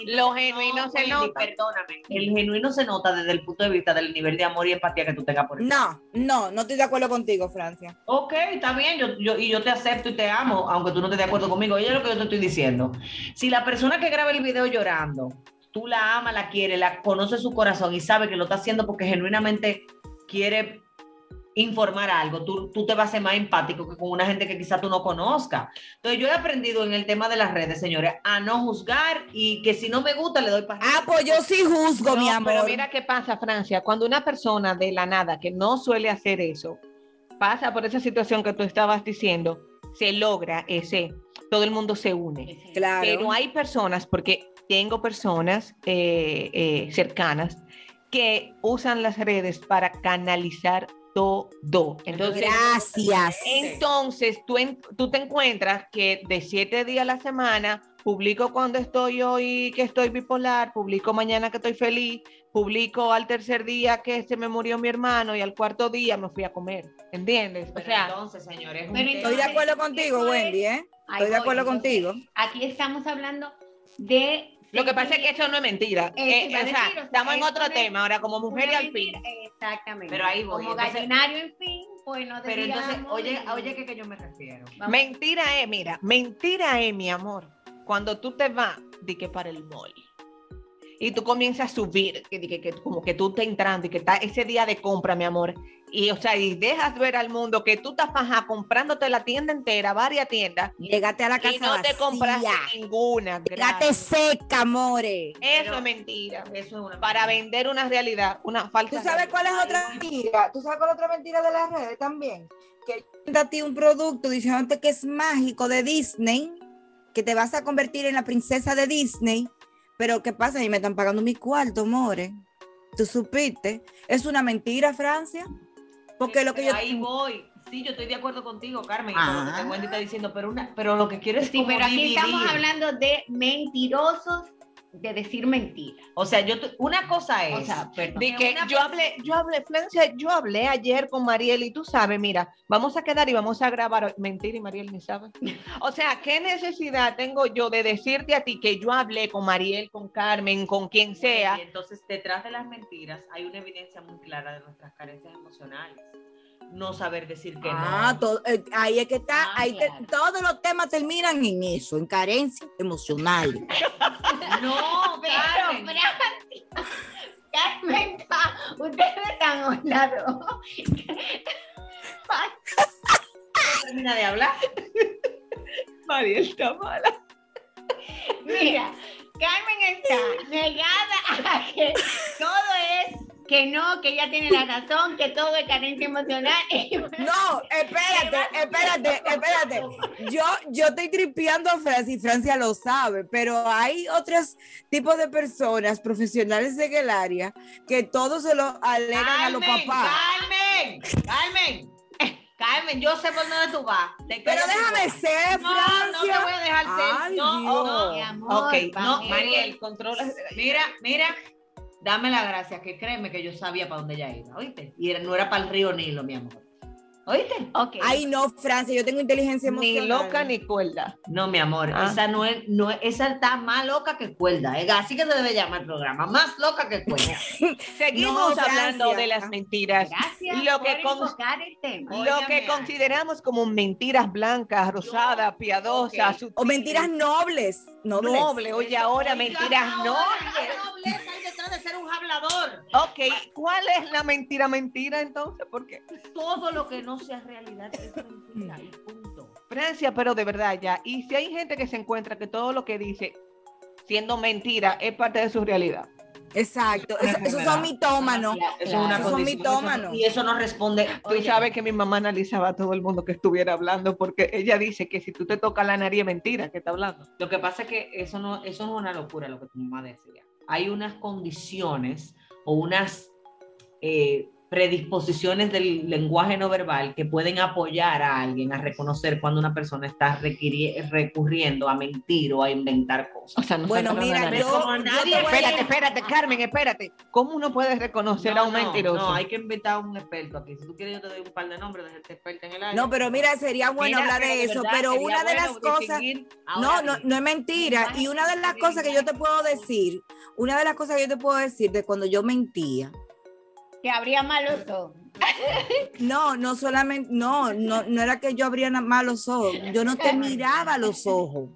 Speaker 4: lo genuino se
Speaker 5: Wendy,
Speaker 4: nota.
Speaker 5: Perdóname. El genuino se nota desde el punto de vista del nivel de amor y empatía que tú tengas por él.
Speaker 1: No, no, no estoy de acuerdo contigo, Francia.
Speaker 5: Ok, está bien, yo, yo- y yo te acepto y te amo, aunque tú no estés de acuerdo conmigo. Oye, lo que yo te estoy diciendo. Si la persona que graba el video llorando, tú la amas, la quieres, la conoce su corazón y sabe que lo está haciendo porque genuinamente quiere informar algo, tú, tú te vas a ser más empático que con una gente que quizá tú no conozcas. Entonces, yo he aprendido en el tema de las redes, señores, a no juzgar y que si no me gusta le doy para
Speaker 1: Ah, pues yo sí juzgo,
Speaker 4: No,
Speaker 1: mi amor.
Speaker 4: Pero mira qué pasa, Francia, cuando una persona de la nada que no suele hacer eso pasa por esa situación que tú estabas diciendo, se logra ese, todo el mundo se une.
Speaker 1: claro.
Speaker 4: Pero hay personas, porque tengo personas eh, eh, cercanas que usan las redes para canalizar todo. Entonces,
Speaker 1: Gracias.
Speaker 4: entonces tú, en- tú te encuentras que de siete días a la semana publico cuando estoy hoy que estoy bipolar, publico mañana que estoy feliz, publico al tercer día que se me murió mi hermano y al cuarto día me fui a comer. ¿Entiendes? O
Speaker 5: Pero
Speaker 4: sea,
Speaker 5: entonces, señores, es un
Speaker 2: Pero
Speaker 5: tema-
Speaker 1: Estoy de acuerdo contigo,
Speaker 2: Eso es-
Speaker 1: Wendy, ¿eh?
Speaker 2: Ahí
Speaker 1: Estoy de
Speaker 2: voy,
Speaker 1: acuerdo
Speaker 2: entonces,
Speaker 1: contigo.
Speaker 2: Aquí estamos hablando de.
Speaker 4: lo que pasa es que eso no es mentira.
Speaker 2: Eso
Speaker 4: Eh,
Speaker 2: iba a
Speaker 4: o sea,
Speaker 2: decir, o sea,
Speaker 4: estamos en
Speaker 2: es
Speaker 4: otro
Speaker 2: una-
Speaker 4: tema ahora como mujer y
Speaker 2: Una
Speaker 4: alpina.
Speaker 2: mentira, Exactamente.
Speaker 5: Pero ahí voy,
Speaker 2: Como
Speaker 5: entonces-
Speaker 2: gallinario, en fin. Pues no te
Speaker 5: Pero entonces,
Speaker 2: digamos,
Speaker 5: oye,
Speaker 2: ni-
Speaker 5: oye, ¿qué que yo me refiero?
Speaker 2: Vamos.
Speaker 4: Mentira es, mira, mentira es, mi amor. Cuando tú te vas, di que para el mall. Y tú comienzas a subir, que, di que, que como que tú estás entrando y que está ese día de compra, mi amor. Y, o sea, y dejas ver al mundo que tú estás ajá, comprándote la tienda entera, varias tiendas,
Speaker 1: Llegaste a la casa
Speaker 4: y no te
Speaker 1: vacía.
Speaker 4: compraste ninguna.
Speaker 1: Llegaste
Speaker 4: gracias.
Speaker 1: seca, amore.
Speaker 4: Eso es mentira.
Speaker 5: Eso es una
Speaker 4: Para
Speaker 5: mentira.
Speaker 4: vender una realidad, una falsa.
Speaker 1: ¿Tú sabes
Speaker 4: realidad.
Speaker 1: cuál es otra mentira? ¿Tú sabes cuál es otra mentira de las redes también? Que yo a ti un producto diciéndote que es mágico de Disney, que te vas a convertir en la princesa de Disney, pero ¿qué pasa? Y me están pagando mi cuarto, more. Tú supiste. Es una mentira, Francia. Porque lo que
Speaker 5: Pero
Speaker 1: yo.
Speaker 5: ahí voy. Sí, yo estoy de acuerdo contigo, Carmen, y con lo
Speaker 1: Ah.
Speaker 5: que Wendy está diciendo, pero una, pero lo que quiero es
Speaker 2: Sí,
Speaker 5: como
Speaker 2: pero aquí
Speaker 5: dividir.
Speaker 2: estamos hablando de mentirosos, de decir mentiras.
Speaker 5: O sea, yo tu- una cosa
Speaker 2: O
Speaker 5: es
Speaker 2: sea, perdón.
Speaker 4: Di que
Speaker 5: una
Speaker 4: yo hablé, yo hablé, Francia, yo hablé ayer con Mariel y tú sabes, mira, vamos a quedar y vamos a grabar. hoy. Mentira, y Mariel ni sabe. O sea, ¿qué necesidad tengo yo de decirte a ti que yo hablé con Mariel, con Carmen, con quien sea?
Speaker 5: Y entonces, detrás de las mentiras hay una evidencia muy clara de nuestras carencias emocionales. No saber decir que
Speaker 1: Ah,
Speaker 5: no.
Speaker 1: to- eh, ahí es que está.
Speaker 2: Ah,
Speaker 1: ahí te-
Speaker 2: claro.
Speaker 1: todos los temas terminan en eso, en carencia emocional.
Speaker 5: No,
Speaker 2: Pero,
Speaker 5: Carmen.
Speaker 2: Francia, Carmen, está- ustedes están a un lado.
Speaker 5: termina de hablar.
Speaker 4: Mariel está mala.
Speaker 2: Mira, Carmen está negada a que todo es que no, que ella tiene la razón, que todo es carencia emocional. Y
Speaker 1: No, espérate, espérate, espérate. Yo, yo estoy tripeando a Francia y Francia lo sabe, pero hay otros tipos de personas profesionales en el área que todo se lo alegan a los
Speaker 5: Carmen,
Speaker 1: papás.
Speaker 5: Carmen, Carmen, Eh, Carmen, yo sé por dónde tú vas. Te
Speaker 1: Pero
Speaker 5: callas y
Speaker 1: déjame
Speaker 5: vas.
Speaker 1: ser,
Speaker 5: No, no te voy
Speaker 1: Francia.
Speaker 5: a dejar ser.
Speaker 1: Ay,
Speaker 5: no, oh, no.
Speaker 2: Mi amor,
Speaker 5: Ok, no,
Speaker 2: vamos.
Speaker 5: Mariel, controla. Mira, mira, dame la gracia, que créeme que yo sabía para dónde ella iba, ¿oíste? Y era- no era para el río Nilo, mi amor. ¿Oíste?
Speaker 2: Ok.
Speaker 1: Ay, no, Francia, yo tengo inteligencia
Speaker 4: Ni
Speaker 1: emocional.
Speaker 4: loca ni cuerda.
Speaker 5: No, mi amor,
Speaker 4: Ah.
Speaker 5: esa no es, no es- esa está más loca que cuerda, ¿eh? así que se debe llamar el programa, más loca que cuerda.
Speaker 4: Seguimos
Speaker 1: No,
Speaker 4: hablando
Speaker 1: Francia.
Speaker 4: de las mentiras.
Speaker 2: Gracias
Speaker 4: Lo
Speaker 2: por
Speaker 4: que con-
Speaker 2: enfocar el tema.
Speaker 4: Lo que
Speaker 5: Óigame algo.
Speaker 4: consideramos como mentiras blancas, rosadas, piadosas, sutiles,
Speaker 1: O mentiras nobles, nobles.
Speaker 4: nobles. Oye, ahora mentiras
Speaker 5: Ahora,
Speaker 4: nobles.
Speaker 5: la nobleza ahí detrás de ser un hablador.
Speaker 4: Ok, ¿cuál es la mentira mentira entonces? ¿Por qué?
Speaker 5: Todo lo que no sea realidad es mentira y punto.
Speaker 4: Mm. Francia, pero de verdad ya. Y si hay gente que se encuentra que todo lo que dice, siendo mentira, es parte de su realidad.
Speaker 1: Exacto,
Speaker 5: Una
Speaker 1: eso- esos
Speaker 5: enfermedad.
Speaker 1: son mitómanos.
Speaker 5: Eso es una
Speaker 1: Esos son
Speaker 5: condición,
Speaker 1: mitómanos.
Speaker 5: Y eso no responde.
Speaker 4: Tú sabes que mi mamá analizaba a todo el mundo que estuviera hablando porque ella dice que si tú te tocas la nariz es mentira que está hablando.
Speaker 5: Lo que pasa es que eso no, eso no es una locura lo que tu mamá decía. Hay unas condiciones o unas eh, predisposiciones del lenguaje no verbal que pueden apoyar a alguien a reconocer cuando una persona está requirie- recurriendo a mentir o a inventar cosas.
Speaker 4: O sea, no
Speaker 1: Bueno,
Speaker 4: se trata
Speaker 1: mira,
Speaker 4: de-
Speaker 1: yo,
Speaker 5: Como
Speaker 1: yo
Speaker 5: nadie
Speaker 1: te voy a-
Speaker 4: Espérate, espérate, Carmen, espérate. ¿Cómo uno puede reconocer a un mentiroso?
Speaker 5: No, hay que invitar a un experto aquí. Si tú quieres, yo te doy un par de nombres de gente experta en el área.
Speaker 1: No, pero mira, sería bueno
Speaker 5: Mira,
Speaker 1: hablar de, eso,
Speaker 5: verdad
Speaker 1: pero
Speaker 5: sería
Speaker 1: una de las
Speaker 5: bueno
Speaker 1: cosas
Speaker 5: distinguir
Speaker 1: No,
Speaker 5: ahora
Speaker 1: no,
Speaker 5: bien.
Speaker 1: no es mentira. Y una de las cosas que yo te puedo decir, una de las cosas que yo te puedo decir de cuando yo mentía,
Speaker 2: Que habría malos ojos.
Speaker 1: no, no solamente, no, no, no era que yo abría na- más los ojos, yo no te miraba a los ojos,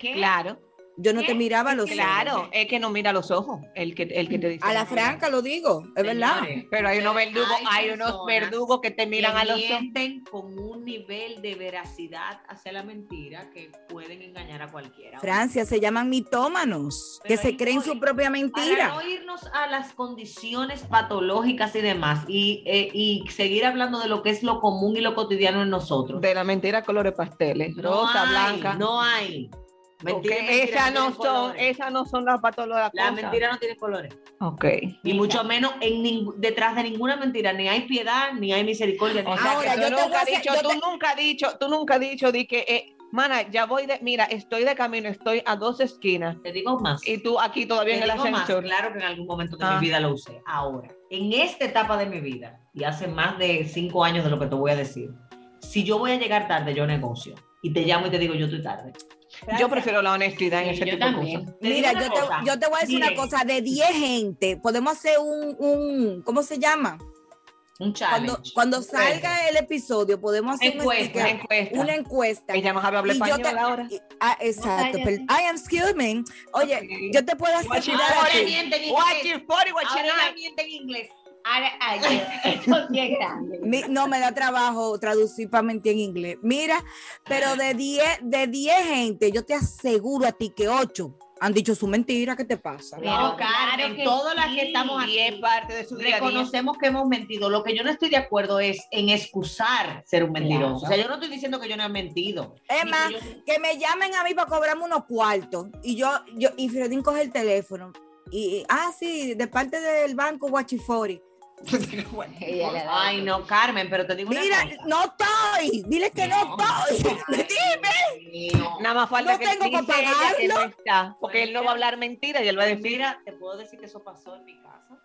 Speaker 2: ¿Qué?
Speaker 4: Claro,
Speaker 1: yo no te miraba a los
Speaker 4: claro.
Speaker 1: ojos.
Speaker 4: Es que no mira los ojos, el que, el que te dice.
Speaker 1: A la
Speaker 4: no.
Speaker 1: franca lo digo, es verdad.
Speaker 5: Señores,
Speaker 4: Pero hay unos verdugos, hay,
Speaker 5: Hay
Speaker 4: unos
Speaker 5: personas
Speaker 4: verdugos que te miran
Speaker 5: que
Speaker 4: a los ojos.
Speaker 5: mienten con un nivel de veracidad hacia la mentira que pueden engañar a cualquiera.
Speaker 1: Francia se llaman mitómanos, que
Speaker 5: Pero
Speaker 1: se
Speaker 5: ahí
Speaker 1: creen
Speaker 5: voy.
Speaker 1: su propia
Speaker 5: Para no
Speaker 1: mentira.
Speaker 5: irnos a las condiciones patológicas y demás y, eh, y seguir hablando de lo que es lo común y lo cotidiano en nosotros.
Speaker 4: De la mentira colores pasteles, rosa,
Speaker 5: hay,
Speaker 4: blanca.
Speaker 5: No hay. Mentira,
Speaker 4: Ok,
Speaker 5: mentira,
Speaker 4: esas no
Speaker 5: tiene
Speaker 4: son,
Speaker 5: colores.
Speaker 4: esas no son las patologías.
Speaker 5: La mentira no tiene colores.
Speaker 4: Ok.
Speaker 5: Y mucho menos en ning- detrás de ninguna mentira. Ni hay piedad, ni hay misericordia. ni
Speaker 4: O
Speaker 5: hay
Speaker 4: sea,
Speaker 1: Ahora,
Speaker 4: que
Speaker 1: yo
Speaker 4: tú
Speaker 1: te voy
Speaker 4: nunca
Speaker 1: a
Speaker 4: has
Speaker 1: hacer-
Speaker 4: dicho,
Speaker 1: yo
Speaker 4: tú
Speaker 1: te-
Speaker 4: nunca has dicho, tú nunca has dicho de que, eh, mana, ya voy de, mira, estoy de camino, estoy a dos esquinas
Speaker 5: Te digo más.
Speaker 4: y tú aquí todavía en
Speaker 5: Te
Speaker 4: el
Speaker 5: digo más,
Speaker 4: ascensor.
Speaker 5: claro que en algún momento de
Speaker 4: Ah.
Speaker 5: mi vida lo usé. Ahora, en esta etapa de mi vida, y hace más de cinco años de lo que te voy a decir, si yo voy a llegar tarde, yo negocio. Y te llamo y te digo, yo estoy tarde.
Speaker 4: Yo prefiero la honestidad en
Speaker 2: Sí,
Speaker 4: ese
Speaker 2: yo
Speaker 4: tipo de
Speaker 2: también.
Speaker 4: cosas.
Speaker 5: digo
Speaker 1: Mira,
Speaker 5: una
Speaker 1: yo te,
Speaker 5: cosa,
Speaker 1: yo te voy a decir una
Speaker 5: miren.
Speaker 1: cosa, de 10 gente, podemos hacer un, un ¿cómo se llama?
Speaker 5: Un challenge.
Speaker 1: Cuando, cuando salga el episodio, podemos hacer una
Speaker 5: encuesta,
Speaker 1: sticker,
Speaker 5: encuesta.
Speaker 1: una encuesta.
Speaker 4: Pues, Ella no sabe hablar
Speaker 1: Y yo
Speaker 4: español
Speaker 1: te-
Speaker 4: ahora.
Speaker 1: y- ah, exacto.
Speaker 2: cállate.
Speaker 1: pero- I am excuse me. Oye, yo te puedo hacer
Speaker 5: Ahora miente en
Speaker 4: Watch
Speaker 5: inglés.
Speaker 4: it for it, watch it
Speaker 5: Ahora
Speaker 4: not.
Speaker 5: la miente en inglés.
Speaker 2: Ahora, ay, Dios, eso sí es grande.
Speaker 1: Mi- no me da trabajo traducir para mentir en inglés. Mira, pero de 10 de 10 gente, yo te aseguro a ti que 8 han dicho su mentira, ¿qué te pasa?
Speaker 2: Claro,
Speaker 5: Claro,
Speaker 2: claro
Speaker 5: Carmen,
Speaker 2: que
Speaker 5: todas las que
Speaker 2: sí.
Speaker 5: estamos
Speaker 4: Y
Speaker 5: aquí.
Speaker 4: es parte de su día a día.
Speaker 5: Reconocemos que hemos mentido. Lo que yo no estoy de acuerdo es en excusar ser un mentiroso. O sea, yo no estoy diciendo que yo no he mentido. Ni
Speaker 1: Emma,
Speaker 5: que yo-
Speaker 1: que me llamen a mí para cobrarme unos cuartos y yo yo y Fredín coge el teléfono y y, ah sí, de parte del banco Guachifori.
Speaker 2: Ella le da-
Speaker 5: Ay, no, Carmen, pero te digo una
Speaker 1: Mira,
Speaker 5: cosa.
Speaker 1: no estoy, dile que no, estoy.
Speaker 5: Dime.
Speaker 4: Nada más falta
Speaker 1: No
Speaker 4: que
Speaker 1: tengo
Speaker 4: dice
Speaker 1: pa'
Speaker 4: ella que no
Speaker 1: pagarlo.
Speaker 4: está, porque él no va a hablar mentira y él va a
Speaker 5: Pues
Speaker 4: decir,
Speaker 5: mira, te puedo decir que eso pasó en mi casa.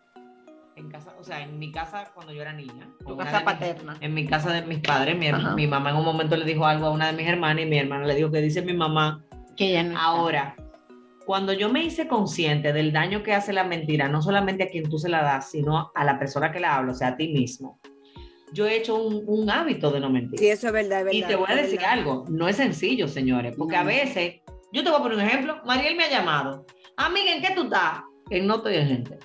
Speaker 5: En casa, o sea, en mi casa cuando yo era niña.
Speaker 4: tu
Speaker 5: con una
Speaker 4: casa
Speaker 5: de mis-
Speaker 4: paterna.
Speaker 5: En mi casa de mis padres, mi,
Speaker 2: Ajá.
Speaker 5: mi mamá en un momento le dijo algo a una de mis hermanas y mi hermana le dijo que dice mi mamá,
Speaker 2: Que ella no.
Speaker 5: Ahora, cuando yo me hice consciente del daño que hace la mentira, no solamente a quien tú se la das, sino a la persona que la habla, o sea, a ti mismo, yo he hecho un, un hábito de no mentir.
Speaker 1: Sí, eso es verdad, es verdad.
Speaker 5: y te voy a
Speaker 1: es
Speaker 5: decir
Speaker 1: verdad.
Speaker 5: algo, no es sencillo, señores, porque a
Speaker 1: No.
Speaker 5: veces, yo te voy a poner un ejemplo, Mariel me ha llamado, amiga, ¿en qué tú estás? En no estoy en gente.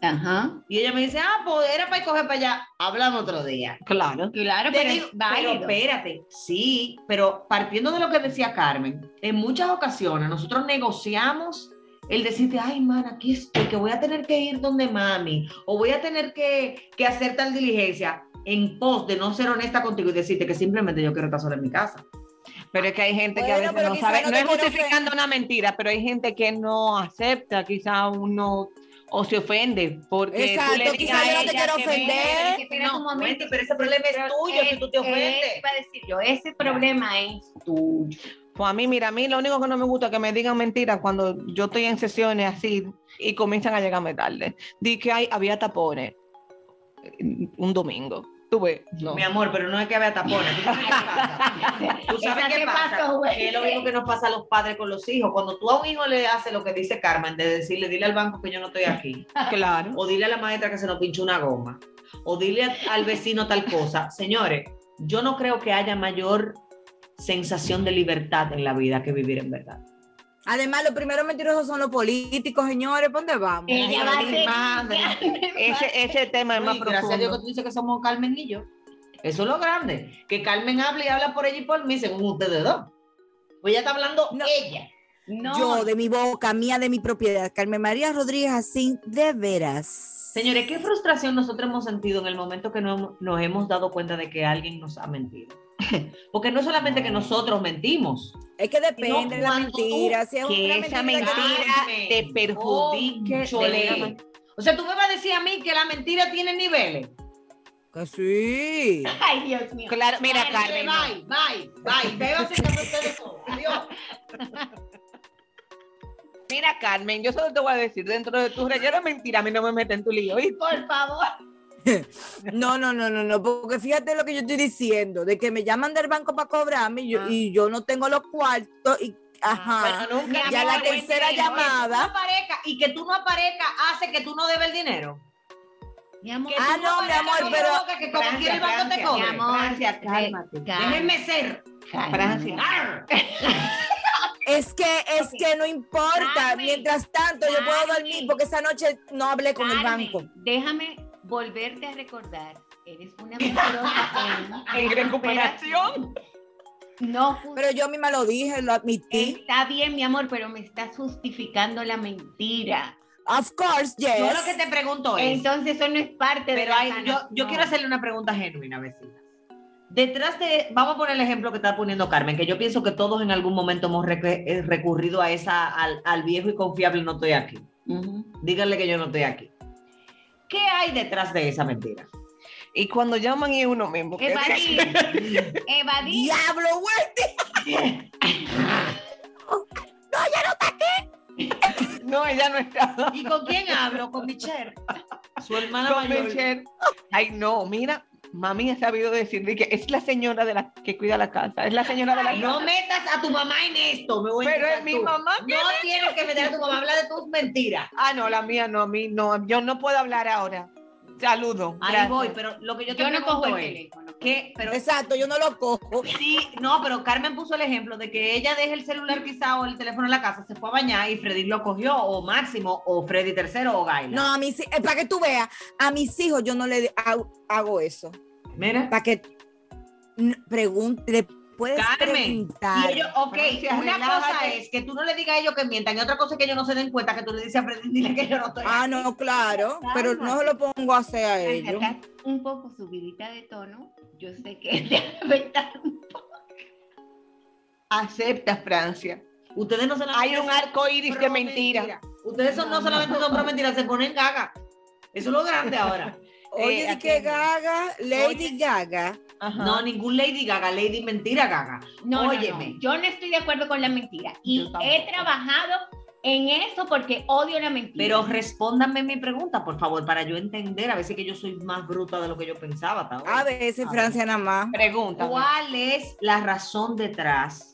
Speaker 2: Ajá.
Speaker 5: Y ella me dice, ah, pues era para ir coger para allá, hablamos otro día.
Speaker 4: Claro.
Speaker 2: Claro,
Speaker 5: Te
Speaker 2: pero
Speaker 5: digo,
Speaker 2: es válido.
Speaker 5: pero espérate, sí, pero partiendo de lo que decía Carmen, en muchas ocasiones nosotros negociamos el decirte, ay, man, aquí estoy, que voy a tener que ir donde mami, o voy a tener que, que hacer tal diligencia, en pos de no ser honesta contigo y decirte que simplemente yo quiero estar sola en mi casa.
Speaker 4: Pero es que hay gente que
Speaker 1: Bueno,
Speaker 4: a veces
Speaker 1: pero
Speaker 4: no
Speaker 1: quizá
Speaker 4: sabe,
Speaker 1: no
Speaker 4: no,
Speaker 1: te
Speaker 4: es
Speaker 1: conoce.
Speaker 4: justificando una mentira, pero hay gente que no acepta, quizá uno o se ofende porque tú le
Speaker 1: Exacto,
Speaker 4: digas
Speaker 1: quizá
Speaker 4: a
Speaker 1: yo no te
Speaker 4: ella
Speaker 1: quiero
Speaker 4: que
Speaker 1: ofender.
Speaker 2: que espérate un momento.
Speaker 5: Bueno, pero ese problema es tuyo si tú te
Speaker 2: Eh,
Speaker 5: ofendes.
Speaker 2: iba a decir yo, ese problema es tuyo.
Speaker 4: Pues a mí, mira, a mí lo único que no me gusta es que me digan mentiras cuando yo estoy en sesiones así y comienzan a llegarme tarde. Di que hay, había tapones eh, un domingo. Tú ves, no.
Speaker 5: Mi amor, pero no es que había tapones. ¿Tú sabes qué pasa? ¿Tú sabes
Speaker 2: Esa
Speaker 5: qué
Speaker 2: se
Speaker 5: pasa?
Speaker 2: pasó, güey.
Speaker 5: Que es lo mismo que nos pasa a los padres con los hijos. Cuando tú a un hijo le haces lo que dice Carmen, de decirle, dile al banco que yo no estoy aquí,
Speaker 4: Claro.
Speaker 5: o dile a la maestra que se nos pinchó una goma, o dile a- al vecino tal cosa. Señores, yo no creo que haya mayor sensación de libertad en la vida que vivir en verdad.
Speaker 1: Además, los primeros mentirosos son los políticos, señores, ¿pa' ¿dónde vamos?
Speaker 5: Eh,
Speaker 2: Ella va a
Speaker 4: mi
Speaker 2: ser
Speaker 4: madre. Ese, ese tema es
Speaker 5: No,
Speaker 4: más
Speaker 5: y gracias a Dios que
Speaker 4: profundo.
Speaker 5: tú dices que somos Carmen y yo. Eso es lo grande. Que Carmen habla y habla por ella y por mí, según ustedes dos. Pues ella está hablando
Speaker 1: No.
Speaker 5: ella.
Speaker 2: No,
Speaker 1: Yo, de mi boca, mía, de mi propiedad. Carmen María Rodríguez, así de veras.
Speaker 5: Señores, qué frustración nosotros hemos sentido en el momento que no hemos- nos hemos dado cuenta de que alguien nos ha mentido. Porque no solamente que nosotros mentimos.
Speaker 1: Es que depende de la
Speaker 5: cuando tú-
Speaker 1: mentira. Si es
Speaker 4: que
Speaker 1: una
Speaker 4: esa
Speaker 1: mentira que-
Speaker 4: mentira- te perjudique
Speaker 5: Cónchole. O sea, tú me vas a decir a mí que la mentira tiene niveles.
Speaker 1: Que sí.
Speaker 2: Ay, Dios mío.
Speaker 4: Claro, mira, Carmen. no.
Speaker 5: Bye, bye, bye. Bébase el café ustedes solos. Adiós.
Speaker 4: Mira, Carmen, yo solo te voy a decir, dentro de tus rayeras mentiras, a mí no me meten en tu lío. ¿oíste?
Speaker 2: Por favor.
Speaker 1: No, no, no, no, no, porque fíjate lo que yo estoy diciendo, de que me llaman del banco para cobrarme y yo, y yo no tengo los cuartos y ajá.
Speaker 5: Ah. Bueno, nunca
Speaker 1: ya
Speaker 5: amor,
Speaker 1: la tercera
Speaker 5: bueno,
Speaker 1: llamada.
Speaker 5: que tú no aparezca- y que tú no aparezcas hace que tú no debes el dinero.
Speaker 2: Mi amor.
Speaker 5: Que
Speaker 1: Ah,
Speaker 5: tú
Speaker 1: no, mi
Speaker 5: aparezcas,
Speaker 1: amor,
Speaker 5: no
Speaker 1: pero-
Speaker 5: provoques que como quiera el banco te
Speaker 2: mi
Speaker 5: cobre.
Speaker 2: amor.
Speaker 5: Francia,
Speaker 2: cálmate.
Speaker 5: Déjenme ser.
Speaker 2: Francia.
Speaker 1: Ah,
Speaker 5: Arr.
Speaker 1: Es que, es que no importa.
Speaker 2: Carmen,
Speaker 1: Mientras tanto, yo puedo dormir
Speaker 2: Carmen.
Speaker 1: porque esa noche no hablé con
Speaker 2: Carmen,
Speaker 1: el banco.
Speaker 2: Déjame volverte a recordar. Eres una mentirosa en,
Speaker 4: En recuperación.
Speaker 2: No justifica.
Speaker 1: Pero yo misma lo dije, lo
Speaker 5: ¿Eh?
Speaker 1: admití.
Speaker 2: Está bien, mi amor, pero me estás justificando la mentira.
Speaker 1: Of course, yes.
Speaker 5: Yo lo que te pregunto es,
Speaker 2: Entonces eso no es parte de
Speaker 5: Pues, pero
Speaker 2: la
Speaker 5: hay- yo,
Speaker 2: sanación.
Speaker 5: yo quiero hacerle una pregunta genuina, vecina. Detrás de, vamos a poner el ejemplo que está poniendo Carmen, que yo pienso que todos en algún momento hemos recu- eh, recurrido a esa, al, al viejo y confiable no estoy aquí.
Speaker 2: Ujú.
Speaker 5: Díganle que yo no estoy aquí. ¿Qué hay detrás de esa mentira?
Speaker 4: Y cuando llaman y es uno mismo. que-
Speaker 2: Evadir. Evadir.
Speaker 1: Diablo, güey.
Speaker 4: No, ella no está.
Speaker 5: ¿Y con quién hablo? Con Michelle. Su hermana
Speaker 4: Con
Speaker 5: mayor.
Speaker 4: Michelle. Ay, no, mira, mami ha sabido decir de que es la señora de la que cuida la casa, es la señora de la
Speaker 5: No metas a tu mamá en esto. Me voy a
Speaker 4: Pero
Speaker 5: enterar
Speaker 4: es mi
Speaker 5: tú.
Speaker 4: mamá.
Speaker 5: No tienes que meter a tu mamá. Habla de tus mentiras.
Speaker 4: Ah, no, la mía no, a mí no, yo no puedo hablar ahora. Saludo.
Speaker 5: Ahí
Speaker 4: gracias.
Speaker 5: voy, pero lo que yo te
Speaker 2: Yo no
Speaker 5: pregunto
Speaker 2: cojo el
Speaker 5: es,
Speaker 2: teléfono.
Speaker 5: ¿qué? Pero
Speaker 1: Exacto, yo no lo cojo.
Speaker 5: sí, no, pero Carmen puso el ejemplo de que ella deja el celular quizá o el teléfono en la casa, se fue a bañar y Freddy lo cogió, o Máximo, o Freddy tercero, o Gaila.
Speaker 1: No, a mis, eh, para que tú veas, a mis hijos yo no le hago, hago eso.
Speaker 5: Mira.
Speaker 1: Para que n- pregun- le puedes
Speaker 5: Carmen,
Speaker 1: preguntar.
Speaker 5: Y ellos, ok,
Speaker 4: Francia,
Speaker 5: una cosa
Speaker 4: relájate.
Speaker 5: es que tú no le digas a ellos que mientan y otra cosa es que ellos no se den cuenta que tú le dices a Freddy, dile que yo no estoy.
Speaker 1: Ah, no, claro, pero no se lo pongo a hacer a
Speaker 2: Ay,
Speaker 1: ellos.
Speaker 2: estás un poco subidita de tono. Yo sé que te va a afectar un poco.
Speaker 4: Acepta, Francia.
Speaker 5: Ustedes no solamente
Speaker 4: Hay un arco iris de
Speaker 5: pro
Speaker 4: mentira.
Speaker 5: Ustedes son, no, solamente son pro mentiras, se ponen gaga. Eso es lo grande ahora.
Speaker 1: Oye,
Speaker 4: Eh,
Speaker 1: di
Speaker 4: aquí-
Speaker 1: que Gaga, Lady
Speaker 5: Oye.
Speaker 1: Gaga.
Speaker 4: Ajá.
Speaker 5: No, ningún Lady Gaga, Lady Mentira Gaga.
Speaker 2: No, no,
Speaker 5: Óyeme.
Speaker 2: no, yo no estoy de acuerdo con la mentira.
Speaker 5: Yo
Speaker 2: Y
Speaker 5: tampoco.
Speaker 2: he trabajado en eso porque odio la mentira.
Speaker 5: Pero respóndanme mi pregunta, por favor, para yo entender. A veces que yo soy más bruta de lo que yo pensaba. hasta ahora.
Speaker 1: A veces
Speaker 5: A ver.
Speaker 1: Francia nada más.
Speaker 4: Pregunta.
Speaker 5: ¿Cuál es la razón detrás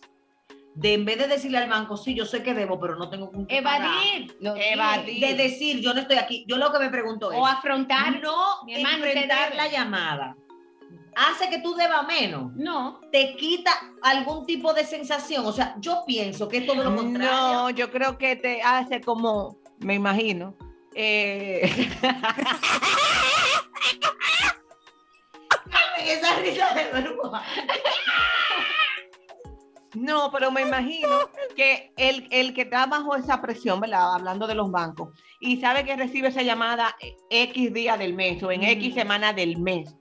Speaker 5: de en vez de decirle al banco, sí, yo sé que debo, pero no tengo con qué pagar"?
Speaker 2: evadir, lo dije.
Speaker 4: Evadir.
Speaker 5: De decir, yo no estoy aquí. Yo lo que me pregunto es,
Speaker 2: o afrontar.
Speaker 5: no
Speaker 2: Mi hermano,
Speaker 5: enfrentar
Speaker 2: usted debe.
Speaker 5: la llamada hace que tú debas menos.
Speaker 2: No,
Speaker 5: Te quita algún tipo de sensación. O sea, yo pienso que es todo lo contrario.
Speaker 4: No, yo creo que te hace como, me imagino. eh,
Speaker 5: Carmen, esa risa de vergüenza.
Speaker 4: no, pero me imagino que el, el que está bajo esa presión, ¿verdad? Hablando de los bancos, y sabe que recibe esa llamada X día del mes o en X semana del mes,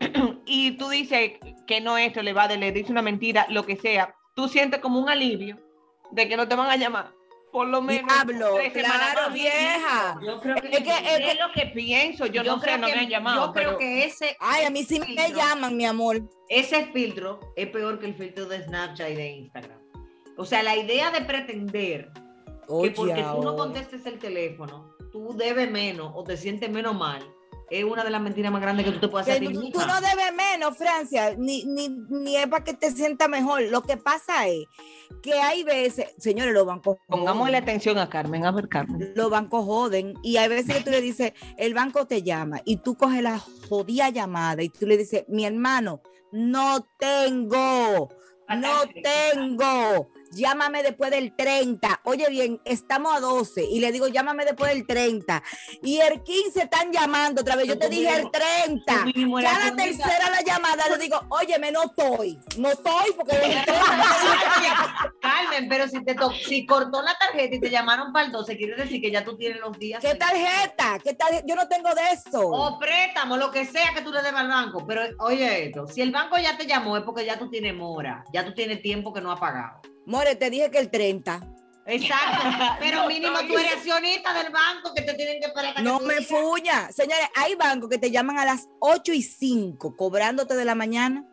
Speaker 4: y tú dices que no esto le va de, le dice una mentira, lo que sea, tú sientes como un alivio de que no te van a llamar. Por lo menos.
Speaker 1: Diablo,
Speaker 4: tres semanas
Speaker 1: claro,
Speaker 4: más.
Speaker 1: vieja.
Speaker 5: Yo creo que,
Speaker 1: Es que- es
Speaker 4: Es lo que pienso, yo, no sé,
Speaker 5: creo
Speaker 4: no
Speaker 5: que-
Speaker 4: me han llamado.
Speaker 5: yo creo
Speaker 4: pero-
Speaker 5: que ese,
Speaker 1: Ay, a mí sí
Speaker 5: Sí,
Speaker 1: me
Speaker 5: no.
Speaker 1: llaman, mi amor.
Speaker 5: ese filtro es peor que el filtro de Snapchat y de Instagram. O sea, la idea de pretender que
Speaker 1: Oye,
Speaker 5: porque tú no
Speaker 1: ahora.
Speaker 5: contestes el teléfono, tú debes menos o te sientes menos mal, es una de las mentiras más grandes que tú te puedes
Speaker 1: Que
Speaker 5: hacer. a ti
Speaker 1: tú, tú
Speaker 5: misma.
Speaker 1: no debes menos, Francia, ni, ni, ni es para que te sienta mejor. Lo que pasa es que hay veces, señores, los bancos
Speaker 4: Pongamos la
Speaker 1: joden,
Speaker 4: atención a Carmen, a ver, Carmen.
Speaker 1: los bancos joden y hay veces que tú le dices, el banco te llama y tú coges la jodida llamada y tú le dices, mi hermano, no tengo, no tengo, llámame después del 30. Oye bien, estamos a 12 y le digo, llámame después del 30. Y el 15 están llamando otra vez, yo te dije el 30.
Speaker 5: Tú mismo eras
Speaker 1: Cada
Speaker 5: única.
Speaker 1: tercera la llamada le digo, óyeme, no estoy, no estoy porque no estoy.
Speaker 5: Carmen, pero si te to- si cortó la tarjeta y te llamaron para el 12, quiere decir que ya tú tienes los días.
Speaker 1: ¿Qué tarjeta? ¿Qué tarjeta? Yo no tengo de eso.
Speaker 2: Oh.
Speaker 5: O préstamo, lo que sea que tú le debas al banco. Pero oye esto, si el banco ya te llamó es porque ya tú tienes mora, ya tú tienes tiempo que no ha pagado.
Speaker 1: More, te dije que el 30.
Speaker 5: Exacto, pero mínimo tú eres accionista del banco que te tienen que esperar. hasta que
Speaker 1: No
Speaker 5: tú
Speaker 1: me
Speaker 5: digas.
Speaker 1: fuña. Señores, hay bancos que te llaman a las 8 y 5, cobrándote de la mañana.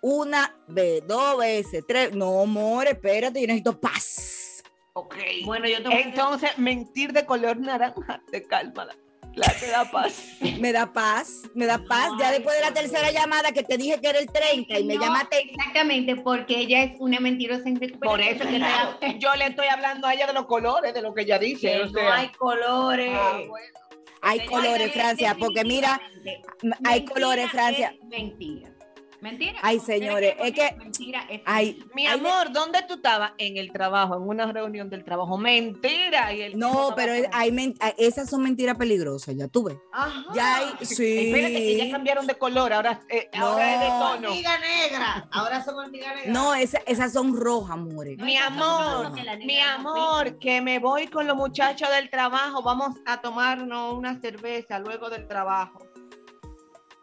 Speaker 1: Una vez, dos veces, tres. No, more, espérate, yo necesito paz.
Speaker 4: Ok.
Speaker 5: Bueno, yo te voy a decir-
Speaker 4: Entonces, mentir de color naranja te calma la, la- te da paz.
Speaker 1: Me da paz, me da paz. Ya después de la tercera llamada que te dije que era el 30 y me
Speaker 2: No,
Speaker 1: llamaste.
Speaker 2: Exactamente, porque ella es una mentirosa en recuperación.
Speaker 4: Por eso que la- yo le estoy hablando a ella de los colores, de lo que ella dice.
Speaker 5: que
Speaker 4: o
Speaker 5: no
Speaker 4: sea.
Speaker 5: hay colores.
Speaker 4: Ah, bueno.
Speaker 1: Hay
Speaker 5: Señores,
Speaker 1: colores, Francia, porque mira, hay
Speaker 2: Mentira
Speaker 1: colores, Francia.
Speaker 2: es mentira. Mentira.
Speaker 1: Ay,
Speaker 2: Ustedes
Speaker 1: señores,
Speaker 2: ponen
Speaker 1: es que-
Speaker 2: Mentira es
Speaker 1: Ay,
Speaker 4: Mi
Speaker 1: ay,
Speaker 4: amor, ¿dónde tú estabas? En el trabajo, en una reunión del trabajo. Mentira. Y el
Speaker 1: No, pero es- hay men- a- esas son mentiras peligrosas, ya tú ves.
Speaker 5: Ajá.
Speaker 1: Ya hay, sí.
Speaker 4: Espérate que ya cambiaron de color, ahora, eh, ahora es de
Speaker 1: No.
Speaker 4: tono.
Speaker 5: Hormiga negra. Ahora son hormiga negra.
Speaker 1: No, esa- esas son rojas, more.
Speaker 2: No,
Speaker 4: Mi
Speaker 2: esas son
Speaker 4: amor,
Speaker 2: cosas que la negra
Speaker 4: Mi
Speaker 2: no
Speaker 4: amor,
Speaker 2: cuenta.
Speaker 4: que me voy con los muchachos del trabajo, vamos a tomarnos una cerveza luego del trabajo.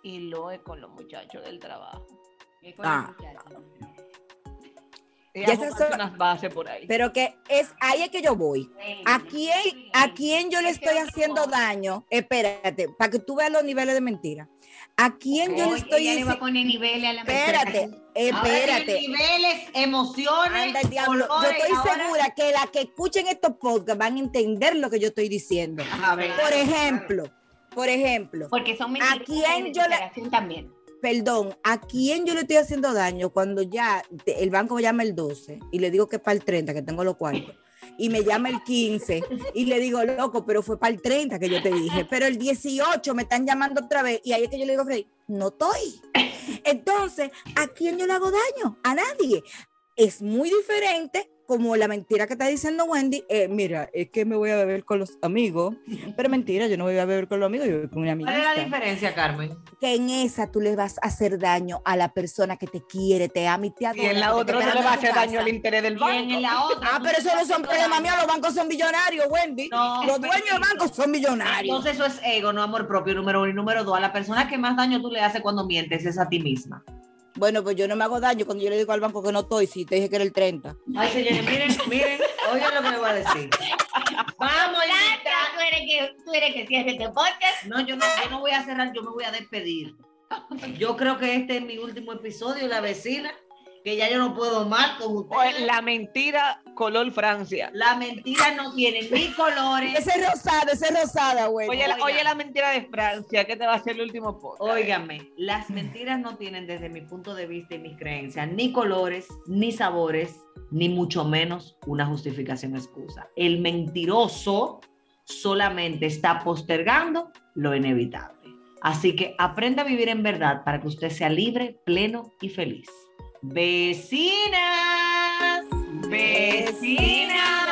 Speaker 4: Y lo es con los muchachos del trabajo.
Speaker 2: Es Eh, con
Speaker 1: Ah.
Speaker 2: la muchacha.
Speaker 4: Y
Speaker 1: Ya
Speaker 4: vamos
Speaker 1: esas
Speaker 4: a hacer
Speaker 1: son-
Speaker 4: unas bases por ahí.
Speaker 1: Pero que es ahí es que yo voy. ¿A quién, a quién yo le estoy haciendo daño? Espérate, para que tú veas los niveles de mentira. ¿A quién yo le
Speaker 2: Oye,
Speaker 1: estoy
Speaker 2: ella le va a
Speaker 1: diciendo?
Speaker 2: poner niveles a la
Speaker 1: Espérate,
Speaker 2: mentira.
Speaker 5: Ahora tienen
Speaker 1: espérate.
Speaker 5: niveles, emociones.
Speaker 1: Anda el diablo. Yo
Speaker 5: colores,
Speaker 1: estoy
Speaker 5: ahora-
Speaker 1: segura que las que escuchen estos podcasts van a entender lo que yo estoy diciendo.
Speaker 2: Ah,
Speaker 5: A ver.
Speaker 1: Por ejemplo, por ejemplo,
Speaker 2: Porque son mentiras.
Speaker 1: quién
Speaker 2: de
Speaker 1: yo le-
Speaker 2: superación También.
Speaker 1: perdón, ¿a quién yo le estoy haciendo daño cuando ya te- el banco me llama el 12 y le digo que es para el 30, que tengo los cuartos? y me llama el 15 y le digo, loco, pero fue para el 30 que yo te dije, pero el 18 me están llamando otra vez y ahí es que yo le digo, Freddy, no estoy. Entonces, ¿a quién yo le hago daño? A nadie. Es muy diferente como la mentira que está diciendo Wendy, eh, mira, es que me voy a beber con los amigos, pero mentira, yo no voy a beber con los amigos, yo voy con una
Speaker 5: ¿Cuál es la
Speaker 1: amiga.
Speaker 5: diferencia, Carmen?
Speaker 1: Que en esa tú le vas a hacer daño a la persona que te quiere, te ama y te adora.
Speaker 4: Y en la
Speaker 1: que te está
Speaker 4: otra no le
Speaker 1: dando
Speaker 4: va a
Speaker 1: tu
Speaker 4: hacer daño
Speaker 1: casa.
Speaker 4: al interés del
Speaker 5: Y en
Speaker 4: banco.
Speaker 5: la otra.
Speaker 1: Ah, pero eso no son problemas míos, los bancos son millonarios, Wendy.
Speaker 5: No,
Speaker 1: los dueños de bancos son millonarios.
Speaker 5: Entonces eso es ego, no amor propio, número uno. Y número dos, a la persona que más daño tú le haces cuando mientes es a ti misma.
Speaker 1: Bueno, pues yo no me hago daño cuando yo le digo al banco que no estoy, si te dije que era el 30.
Speaker 5: Ay, señores, miren, miren, oigan lo que le voy a decir. Vamos, Lita.
Speaker 2: Tú eres que, tú eres que cierre este podcast.
Speaker 5: No, yo no, yo no voy a cerrar, yo me voy a despedir. Yo creo que este es mi último episodio, la vecina, que ya yo no puedo más con
Speaker 4: O
Speaker 5: ustedes.
Speaker 4: en
Speaker 5: La,
Speaker 4: La mentira color Francia.
Speaker 5: mentira no tiene ni colores.
Speaker 1: Ese es rosada, ese es rosada, Wendy.
Speaker 4: Oye, la,
Speaker 5: Oiga.
Speaker 4: oye la mentira de Francia, que te va a ser el último podcast.
Speaker 5: Óigame, las mentiras no tienen desde mi punto de vista y mis creencias ni colores, ni sabores, ni mucho menos una justificación excusa. El mentiroso solamente está postergando lo inevitable. Así que aprenda a vivir en verdad para que usted sea libre, pleno y feliz. Vecinas, vecinas.